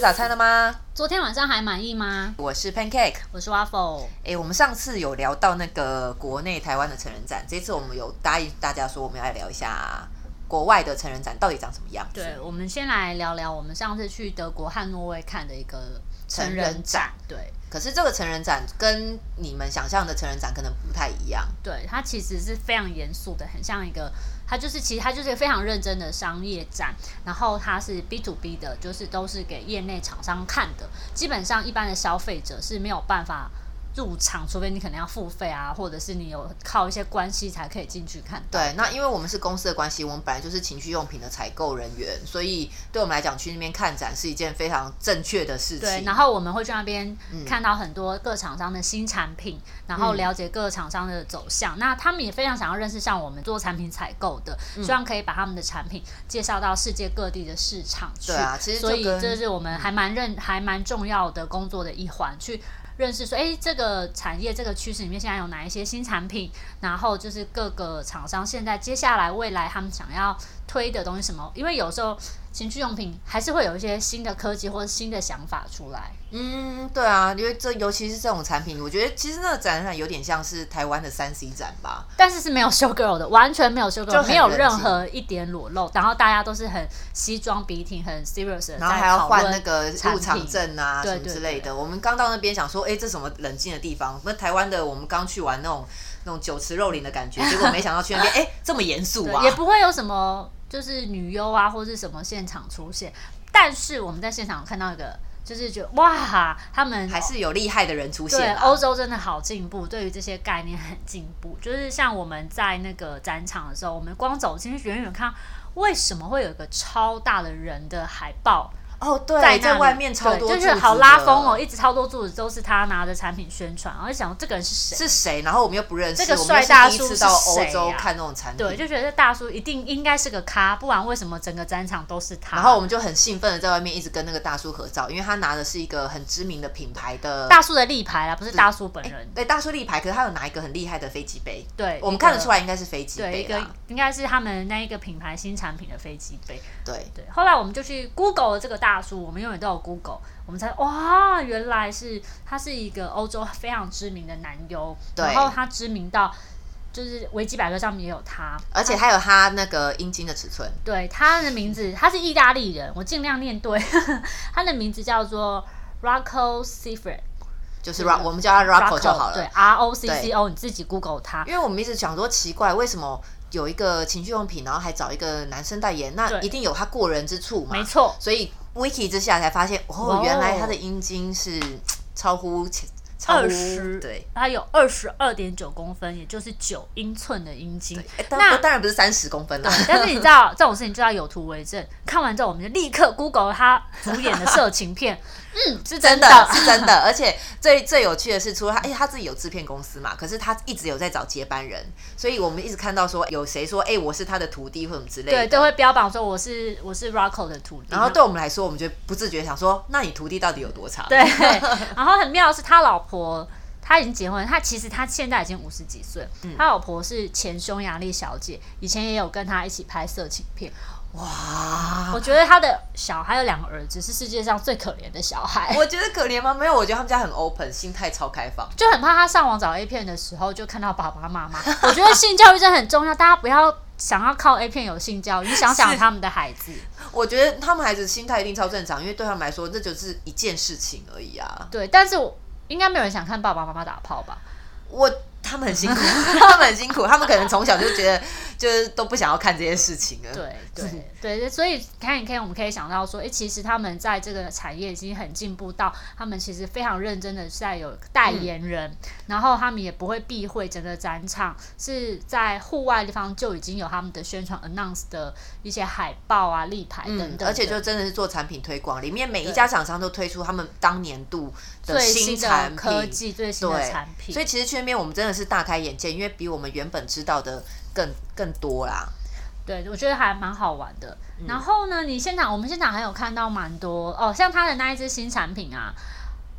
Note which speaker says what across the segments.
Speaker 1: 早餐了吗？
Speaker 2: 昨天晚上还满意吗？
Speaker 1: 我是 Pancake。
Speaker 2: 我是 Waffle，
Speaker 1: 哎、我们上次有聊到那个国内台湾的成人展，这次我们有答应大家说我们要来聊一下国外的成人展到底长什么样。
Speaker 2: 对，，我们先来聊聊我们上次去德国和挪威看的一个成
Speaker 1: 成人
Speaker 2: 人展，对。
Speaker 1: 可是这个成人展跟你们想象的成人展可能不太一样。
Speaker 2: 对，它其实是非常严肃的，很像一个，它就是其实它就是一个非常认真的商业展，然后它是 B to B 的，就是都是给业内厂商看的，基本上一般的消费者是没有办法入场，除非你可能要付费啊，或者是你有靠一些关系才可以进去看到。
Speaker 1: 对，那因为我们是公司的关系，我们本来就是情趣用品的采购人员，所以对我们来讲，去那边看展是一件非常正确的事情。嗯
Speaker 2: 对，然后我们会去那边看到很多各厂商的新产品，然后了解各厂商的走向。那他们也非常想要认识像我们做产品采购的，
Speaker 1: 嗯
Speaker 2: 希望可以把他们的产品介绍到世界各地的市场去。
Speaker 1: 对啊其实就
Speaker 2: 所以
Speaker 1: 跟
Speaker 2: 这是我们还蛮认、还蛮重要的工作的一环，去认识说，哎，这个产业这个趋势里面现在有哪一些新产品，然后就是各个厂商现在接下来未来他们想要推的东西什么，因为有时候情趣用品还是会有一些新的科技或者新的想法出来。
Speaker 1: 嗯，对啊，因为这尤其是这种产品，我觉得其实那个展览有点像是台湾的三 C 展吧。
Speaker 2: 但是是没有 show girl 的，完全没有 show
Speaker 1: 就
Speaker 2: girl，
Speaker 1: 很
Speaker 2: 没有
Speaker 1: 冷
Speaker 2: 任
Speaker 1: 静
Speaker 2: 何一点裸露，然后大家都是很西装笔挺、很 serious 的在
Speaker 1: 然后还要
Speaker 2: 讨
Speaker 1: 换
Speaker 2: 论
Speaker 1: 那个
Speaker 2: 产
Speaker 1: 入场
Speaker 2: 品
Speaker 1: 证啊，
Speaker 2: 对
Speaker 1: 什么
Speaker 2: 对
Speaker 1: 之类
Speaker 2: 对
Speaker 1: 的。我们刚到那边想说，哎，这什么冷静的地方？那台湾的我们刚去玩那种那种酒池肉林的感觉，结果没想到去 那边，哎，这么严肃啊
Speaker 2: 对，！也不会有什么就是女优啊或是什么现场出现。但是我们在现场看到一个，就是觉得哇，他们
Speaker 1: 还是有厉害的人出
Speaker 2: 对
Speaker 1: 现啊。
Speaker 2: 欧洲真的好进步，对于这些概念很进步。就是像我们在那个展场的时候，我们光走进去远远看，为什么会有一个超大的人的海报？
Speaker 1: 哦，对，
Speaker 2: 在
Speaker 1: 在
Speaker 2: 那里
Speaker 1: 外面超
Speaker 2: 对
Speaker 1: 多，
Speaker 2: 就是好拉风哦，。一直超多柱子都是他拿着产品宣传，然后就想这个人是谁？
Speaker 1: 是谁？然后我们又不认识，
Speaker 2: 这个
Speaker 1: 我们又
Speaker 2: 帅
Speaker 1: 是
Speaker 2: 大
Speaker 1: 第一
Speaker 2: 叔
Speaker 1: 次
Speaker 2: 是
Speaker 1: 到欧
Speaker 2: 谁啊
Speaker 1: 洲看那种产品，
Speaker 2: 对，就觉得这大叔一定应该是个咖，不然为什么整个展场都是他？
Speaker 1: 然后我们就很兴奋的在外面一直跟那个大叔合照，因为他拿的是一个很知名的品牌的
Speaker 2: 大叔的立牌啦，不是大叔本人。
Speaker 1: 对大叔立牌，可是他有拿一个很厉害的飞机杯，
Speaker 2: 对，
Speaker 1: 我们
Speaker 2: 一个
Speaker 1: 看得出来应该是飞机
Speaker 2: 对，一
Speaker 1: 杯
Speaker 2: 个
Speaker 1: 啦。
Speaker 2: 应该是他们那一个品牌新产品的飞机杯。
Speaker 1: 对，
Speaker 2: 对，后来我们就去 Google 了这个大叔，我们永远都有 Google，我们才哇，原来是他是一个欧洲非常知名的男优，
Speaker 1: 对
Speaker 2: 然后他知名到就是维基百科上面也有他，
Speaker 1: 而且还有他那个阴茎的尺寸，
Speaker 2: 对他的名字，他是意大利人，我尽量念对， 他的名字叫做 Rocco s e f r e d
Speaker 1: 就是让我们叫他 Rocco 就好
Speaker 2: 对
Speaker 1: 了。
Speaker 2: R O C C O，你自己 Google 他，
Speaker 1: 因为我们一直想说奇怪，为什么有一个情趣用品，然后还找一个男生代言，那
Speaker 2: 对
Speaker 1: 一定有他过人之处嘛？
Speaker 2: 没错，
Speaker 1: 所以 wiki 之下才发现，哦，
Speaker 2: 哇哦
Speaker 1: 原来他的阴茎是超乎前超乎
Speaker 2: 二十，
Speaker 1: 对。，
Speaker 2: 他有二十二点九公分，也就是九英寸的阴茎。
Speaker 1: 哎当
Speaker 2: 那
Speaker 1: 当然不是三十公分啦，
Speaker 2: 但是你知道这种事情就要有图为证。看完之后，我们就立刻 Google 他主演的色 情片，嗯，是
Speaker 1: 真
Speaker 2: 真
Speaker 1: 的
Speaker 2: 的。
Speaker 1: 是真的，而且最最有趣的是，除了他，哎、他自己有制片公司嘛，可是他一直有在找接班人，所以我们一直看到说有谁说，哎、我是他的徒弟或什么之类
Speaker 2: 对，
Speaker 1: 的。
Speaker 2: 都会标榜说我是我是 Rocco 的徒弟，
Speaker 1: 然后对我们来说，我们就不自觉想说，那你徒弟到底有多长？
Speaker 2: 对，然后很妙的是他老婆，他已经结婚，他其实他现在已经五十几岁，
Speaker 1: 嗯
Speaker 2: 他老婆是前匈牙利小姐，以前也有跟他一起拍色情片。
Speaker 1: 哇，
Speaker 2: 我觉得他的小孩有两个儿子，是世界上最可怜的小孩。
Speaker 1: 我觉得可怜吗？没有，我觉得他们家很 open，心态超开放。
Speaker 2: 就很怕他上网找 A 片的时候，就看到爸爸妈 妈。我觉得性教育真的很重要，大家不要想要靠 A 片有性教育，你想想
Speaker 1: 是
Speaker 2: 他们的孩子，
Speaker 1: 我觉得他们孩子心态一定超正常，因为对他们来说，这就是一件事情而已啊。
Speaker 2: 对。但是我应该没有人想看爸爸妈妈打炮 吧？
Speaker 1: 我他们很 辛苦，他们很辛苦，他们可能从小就觉得就是都不想要看这件事情了。
Speaker 2: 对
Speaker 1: 是
Speaker 2: 对对，所以看一看，我们可以想到说，诶，其实他们在这个产业已经很进步到，他们其实非常认真的在有代言人，
Speaker 1: 嗯
Speaker 2: 然后他们也不会避讳整个展场是在户外地方就已经有他们的宣传 announce 的一些海报啊、立牌等等
Speaker 1: 嗯，
Speaker 2: 的、
Speaker 1: 而且就真的是做产品推广，里面每一家厂商都推出他们当年度的
Speaker 2: 最新的
Speaker 1: 产
Speaker 2: 科
Speaker 1: 品，
Speaker 2: 技、最新的
Speaker 1: 对
Speaker 2: 产，品。
Speaker 1: 所以其实去那边我们真的是大开眼界，因为比我们原本知道的更更多啦。
Speaker 2: 对，我觉得还蛮好玩的。
Speaker 1: 嗯
Speaker 2: 然后呢，你现场我们现场还有看到蛮多哦，像他的那一支新产品啊，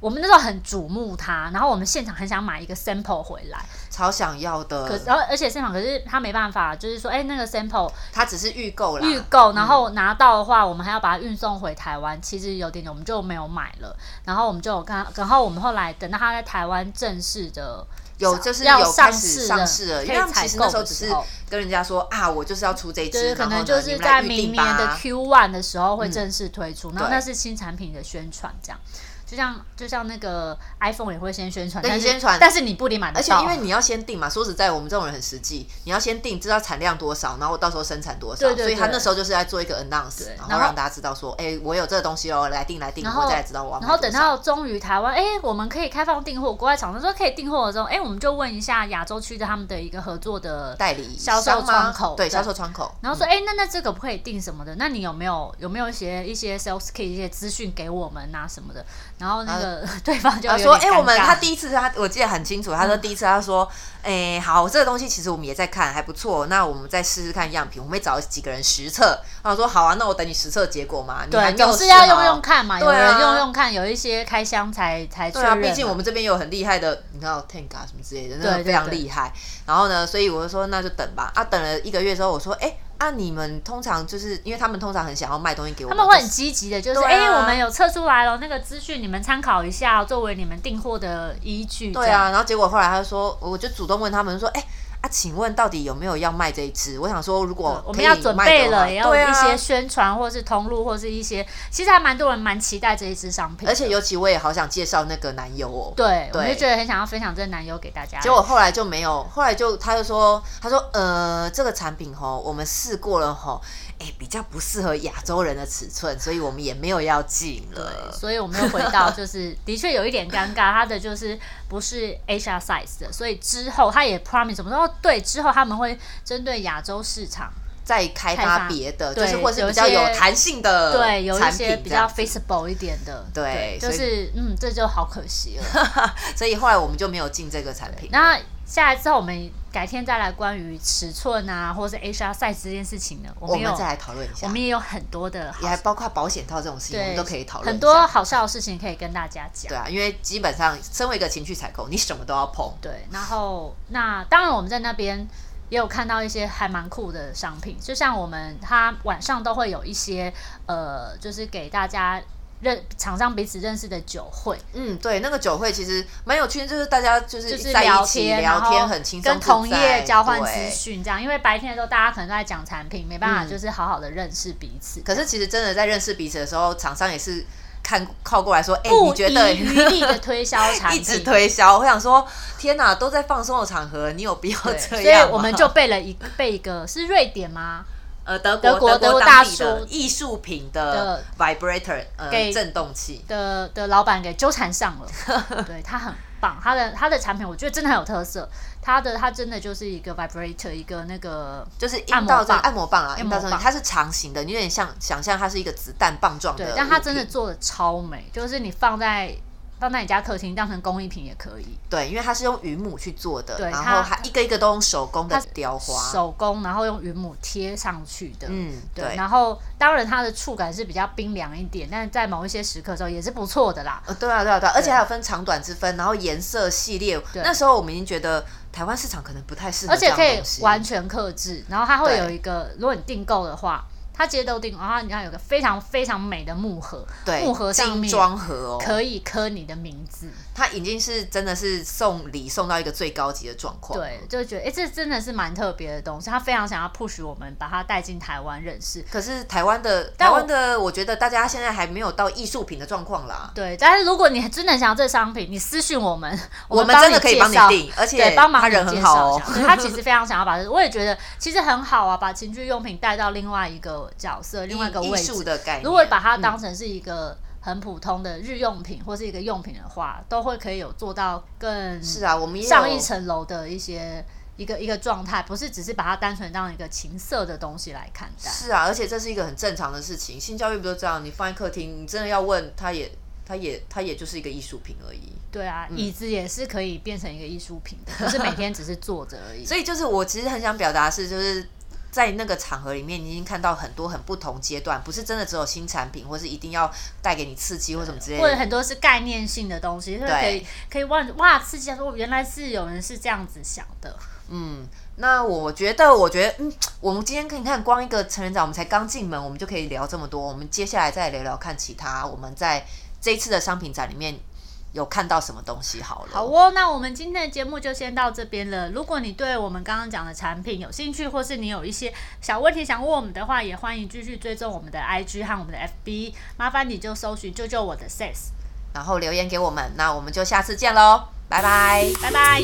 Speaker 2: 我们那时候很瞩目它，然后我们现场很想买一个 sample 回来，
Speaker 1: 超想要的。
Speaker 2: 可然后而且现场可是他没办法，就是说，哎、那个 sample
Speaker 1: 它只是预购啦，
Speaker 2: 预购，然后拿到的话，我们还要把它运送回台湾，其实有点久，我们就没有买了。然后我们就有跟他，然后我们后来等到他在台湾正式的
Speaker 1: 有哦就是
Speaker 2: 要
Speaker 1: 有开
Speaker 2: 上
Speaker 1: 始
Speaker 2: 市
Speaker 1: 上
Speaker 2: 了
Speaker 1: 市了，因
Speaker 2: 可
Speaker 1: 为
Speaker 2: 以
Speaker 1: 他们
Speaker 2: 采
Speaker 1: 其实
Speaker 2: 购
Speaker 1: 那时候
Speaker 2: 的
Speaker 1: 只
Speaker 2: 时
Speaker 1: 是
Speaker 2: 候
Speaker 1: 跟人家说啊，我就是要出这一
Speaker 2: 就
Speaker 1: 支，
Speaker 2: 是可
Speaker 1: 然后
Speaker 2: 能
Speaker 1: 呢
Speaker 2: 就是
Speaker 1: 你们来
Speaker 2: 在
Speaker 1: 预
Speaker 2: 明
Speaker 1: 定
Speaker 2: 年的
Speaker 1: 吧嗯
Speaker 2: Q one 的时候会正式推出，然后
Speaker 1: 对
Speaker 2: 那是新产品的宣传，这样就像就像那个 iPhone 也会先宣传，
Speaker 1: 对
Speaker 2: 但是
Speaker 1: 先宣传
Speaker 2: 但是你不一定买得
Speaker 1: 而且
Speaker 2: 到，
Speaker 1: 因为你要先定嘛，说实在，我们这种人很实际，你要先定，知道产量多少，然后我到时候生产多少，
Speaker 2: 对对
Speaker 1: 所以他
Speaker 2: 对
Speaker 1: 那时候就是在做一个 announce，
Speaker 2: 对
Speaker 1: 然
Speaker 2: 然
Speaker 1: 后
Speaker 2: 后
Speaker 1: 让大家知道说，哎、我有这个东西哦，来定来定，
Speaker 2: 然
Speaker 1: 我
Speaker 2: 后
Speaker 1: 再来知道我要买
Speaker 2: 然后等
Speaker 1: 多少
Speaker 2: 到终于台湾，哎，我们可以开放订货，国外厂商说可以订货的时候，哎，我们就问一下亚洲区的他们的一个合作的
Speaker 1: 代理
Speaker 2: 销售
Speaker 1: 商吗
Speaker 2: 窗口
Speaker 1: 对
Speaker 2: 对
Speaker 1: 销售窗口，
Speaker 2: 然后说，哎、那那这个不可以定什么的？那你有没有有没有一些一些 sales key 一些资讯给我们啊什么的？然后那个、 对方就
Speaker 1: 他
Speaker 2: 有
Speaker 1: 说：“哎、
Speaker 2: 点尴
Speaker 1: 我们
Speaker 2: 尬嗯
Speaker 1: 他第一次他我记得很清楚，他说第一次他说，哎、好，这个东西其实我们也在看，还不错，那我们再试试看样品，我们会找几个人实测。”然后说：“好啊，那我等你实测结果嘛，你还
Speaker 2: 对
Speaker 1: 没有
Speaker 2: 总是要
Speaker 1: 试好
Speaker 2: 用用看嘛，
Speaker 1: 对
Speaker 2: 有
Speaker 1: 啊
Speaker 2: 人用用看，有一些开箱才才确
Speaker 1: 对
Speaker 2: 认
Speaker 1: 啊，
Speaker 2: 嘛。
Speaker 1: 毕竟我们这边有很厉害的，你知道 Tank 啊什么之类的，那
Speaker 2: 对
Speaker 1: 个
Speaker 2: 对
Speaker 1: 非常厉害。然后呢，所以我就说那就等吧。啊，等了一个月之后，我说，哎、啊，你们通常就是因为他们通常很想要卖东西给我
Speaker 2: 他
Speaker 1: 们，
Speaker 2: 们会很
Speaker 1: 就是
Speaker 2: 积极的，就是
Speaker 1: 对啊
Speaker 2: 哎、我们有测出来了，那个资讯你们参考一下，哦作为你们订货的依据。
Speaker 1: 对
Speaker 2: 这样，
Speaker 1: 啊。然后结果后来他就说，我就主动问他们说，哎、啊，请问到底有没有要卖这一支？我想说，如果
Speaker 2: 呃我
Speaker 1: 哦可
Speaker 2: 们
Speaker 1: 以
Speaker 2: 要准
Speaker 1: 卖的
Speaker 2: 备
Speaker 1: 话
Speaker 2: 了，也要
Speaker 1: 对
Speaker 2: 有一
Speaker 1: 啊
Speaker 2: 些宣传或是通路或是一些，其实还蛮多人蛮期待这一支商品的，
Speaker 1: 而且尤其我也好想介绍那个男友哦。
Speaker 2: 对，我
Speaker 1: 对
Speaker 2: 就觉得很想要分享这个男友给大家。
Speaker 1: 结果后来就没有，后来就他就说，他说呃，这个产品吼，我们试过了吼，哎，比较不适合亚洲人的尺寸，所以我们也没有要进
Speaker 2: 对，
Speaker 1: 了。
Speaker 2: 所以我们又回 到，就是的确有一点尴尬，它的就是不是 Asia size 的，所以之后他也 promise 我们说，哦，对，之后他们会针对亚洲市场，
Speaker 1: 再开
Speaker 2: 开
Speaker 1: 发
Speaker 2: 发
Speaker 1: 别的，就
Speaker 2: 对
Speaker 1: 是或是
Speaker 2: 有
Speaker 1: 比
Speaker 2: 一
Speaker 1: 较有
Speaker 2: 些
Speaker 1: 弹性的
Speaker 2: 对，有一
Speaker 1: 呃产
Speaker 2: 些
Speaker 1: 品
Speaker 2: 比
Speaker 1: 这
Speaker 2: 较
Speaker 1: 样子
Speaker 2: feasible 一点的，
Speaker 1: 对
Speaker 2: 就
Speaker 1: 所以
Speaker 2: 是嗯，这就好可惜 了。
Speaker 1: 所以后来我们就没有进这个产品。
Speaker 2: 那下来之后，我们改天再来关于尺寸啊，或者是 Asia size 这件事情呢，我
Speaker 1: 我
Speaker 2: 们有
Speaker 1: 们再来讨论一
Speaker 2: 我
Speaker 1: 下，
Speaker 2: 们也有很多的
Speaker 1: 也
Speaker 2: 好
Speaker 1: 还包括保险套这种事情，我们
Speaker 2: 对
Speaker 1: 都可以讨论
Speaker 2: 很
Speaker 1: 一下
Speaker 2: 多好笑的事情可以跟大家讲
Speaker 1: 对。啊，因为基本上身为一个情趣采购，你什么都要碰。
Speaker 2: 对，然后那当然我们在那边也有看到一些还蛮酷的商品，就像我们它晚上都会有一些呃，就是给大家认厂商彼此认识的酒会，
Speaker 1: 嗯，对，那个酒会其实蛮有趣的，就是大家就是
Speaker 2: 就是
Speaker 1: 在
Speaker 2: 聊
Speaker 1: 一起
Speaker 2: 天，然
Speaker 1: 聊
Speaker 2: 后
Speaker 1: 天很轻松
Speaker 2: 跟
Speaker 1: 自在，
Speaker 2: 同业交换
Speaker 1: 对
Speaker 2: 资讯这样，因为白天的时候大家可能都在讲产品，没办法
Speaker 1: 嗯
Speaker 2: 就是好好的认识彼此。
Speaker 1: 可是其实真的在认识彼此的时候，厂商也是看靠过来说，哎、你
Speaker 2: 不遗
Speaker 1: 觉 得
Speaker 2: 余力的推销 产
Speaker 1: 一直
Speaker 2: 品，
Speaker 1: 推销？我想说，天哪，都在放松的场合，你有必要
Speaker 2: 对
Speaker 1: 这
Speaker 2: 所
Speaker 1: 样吗
Speaker 2: 以我们就背了一背一个是瑞典吗？
Speaker 1: 呃德国
Speaker 2: 德国
Speaker 1: 德
Speaker 2: 德国
Speaker 1: 当
Speaker 2: 大
Speaker 1: 地的
Speaker 2: 叔
Speaker 1: 艺术品的
Speaker 2: 的
Speaker 1: vibrator 呃
Speaker 2: 给
Speaker 1: 震动器。
Speaker 2: 的的老板给纠缠上了， 对他很棒，他的他的产品我觉得真的很有特色，他的他真的就是一个 vibrator，一个那个
Speaker 1: 就是阴
Speaker 2: 按摩
Speaker 1: 道这个
Speaker 2: 棒
Speaker 1: 按摩棒啊，
Speaker 2: 按
Speaker 1: 阴道
Speaker 2: 摩
Speaker 1: 上
Speaker 2: 棒
Speaker 1: 它是长形的，你有点像想象它是一个子弹棒状的物品，，
Speaker 2: 对但他真的做的超美，就是你放在放在你家客厅当成工艺品也可以，
Speaker 1: 对，因为它是用榆木去做的，
Speaker 2: 对
Speaker 1: 然
Speaker 2: 它
Speaker 1: 后它一个一个都用手工的
Speaker 2: 它
Speaker 1: 雕花，
Speaker 2: 手工然后用云母贴上去的，
Speaker 1: 嗯，
Speaker 2: 对，
Speaker 1: 对，
Speaker 2: 然后当然它的触感是比较冰凉一点，但是在某一些时刻的时候也是不错的啦。
Speaker 1: 呃，对啊，对啊，对啊，而且还有分长短之分，然后颜色系列。
Speaker 2: 对
Speaker 1: 那时候我们已经觉得台湾市场可能不太适合
Speaker 2: 而
Speaker 1: 这
Speaker 2: 且
Speaker 1: 样
Speaker 2: 可
Speaker 1: 的
Speaker 2: 以
Speaker 1: 东西，
Speaker 2: 完全克制，然后它会
Speaker 1: 对
Speaker 2: 有一个，如果你订购的话，它直接都订，然后你要有个非常非常美的木盒，
Speaker 1: 对
Speaker 2: 木盒上
Speaker 1: 精
Speaker 2: 面
Speaker 1: 装盒哦，
Speaker 2: 可以刻你的名字，
Speaker 1: 它已经是真的是送礼送到一个最高级的状况。
Speaker 2: 对，就觉得哎、诶这真的是蛮特别的东西，他非常想要 push 我们把它带进台湾认识。
Speaker 1: 可是台湾的
Speaker 2: 但
Speaker 1: 台
Speaker 2: 我
Speaker 1: 湾的，我觉得大家现在还没有到艺术品的状况啦。
Speaker 2: 对，但是如果你真的想要这商品，你私讯 我们，
Speaker 1: 我
Speaker 2: 们
Speaker 1: 们真的可以帮
Speaker 2: 帮
Speaker 1: 你
Speaker 2: 介绍
Speaker 1: 订，而且
Speaker 2: 对，帮忙
Speaker 1: 他
Speaker 2: 你
Speaker 1: 人
Speaker 2: 介
Speaker 1: 很
Speaker 2: 绍
Speaker 1: 好哦
Speaker 2: 一下。。对他其 实非常想要把这，我也觉得其实很好啊，把情趣用品带到另外一个角色，另外一个
Speaker 1: 艺
Speaker 2: 位
Speaker 1: 艺
Speaker 2: 置
Speaker 1: 术。的概念，
Speaker 2: 如果把
Speaker 1: 嗯
Speaker 2: 它当成是一个很普通的日用品或是一个用品的话，都会可以有做到更
Speaker 1: 是啊，我们也有
Speaker 2: 上一层楼的一些一个一个状态，不是只是把它单纯当一个情色的东西来看待。
Speaker 1: 是啊，而且这是一个很正常的事情，性教育不就这样？你放在客厅，你真的要问，它也，它也，它也就是一个艺术品而已。
Speaker 2: 对啊，
Speaker 1: 嗯
Speaker 2: 椅子也是 可以变成一个艺术品的，不是每天只是坐着而已。
Speaker 1: 所以就是我其实很想表达的是，就是在那个场合里面，你已经看到很多很不同阶段，不是真的只有新产品，或是一定要带给你刺激或什么之类
Speaker 2: 或者
Speaker 1: 的。
Speaker 2: 很多是概念性的东西，所以可以可以哇哇刺激到啊说，原来是有人是这样子想的，
Speaker 1: 嗯，那我觉得，我觉得，嗯，我们今天可以看光一个成人展，我们才刚进门，我们就可以聊这么多。我们接下来再聊聊看其他我们在这一次的商品展里面有看到什么东西好了。
Speaker 2: 好哦，那我们今天的节目就先到这边了。如果你对我们刚刚讲的产品有兴趣，或是你有一些小问题想问我们的话，也欢迎继续追踪我们的 IG 和我们的 FB。麻烦你就搜寻“救救我的 Says”，
Speaker 1: 然后留言给我们，那我们就下次见喽，拜拜。
Speaker 2: 拜拜。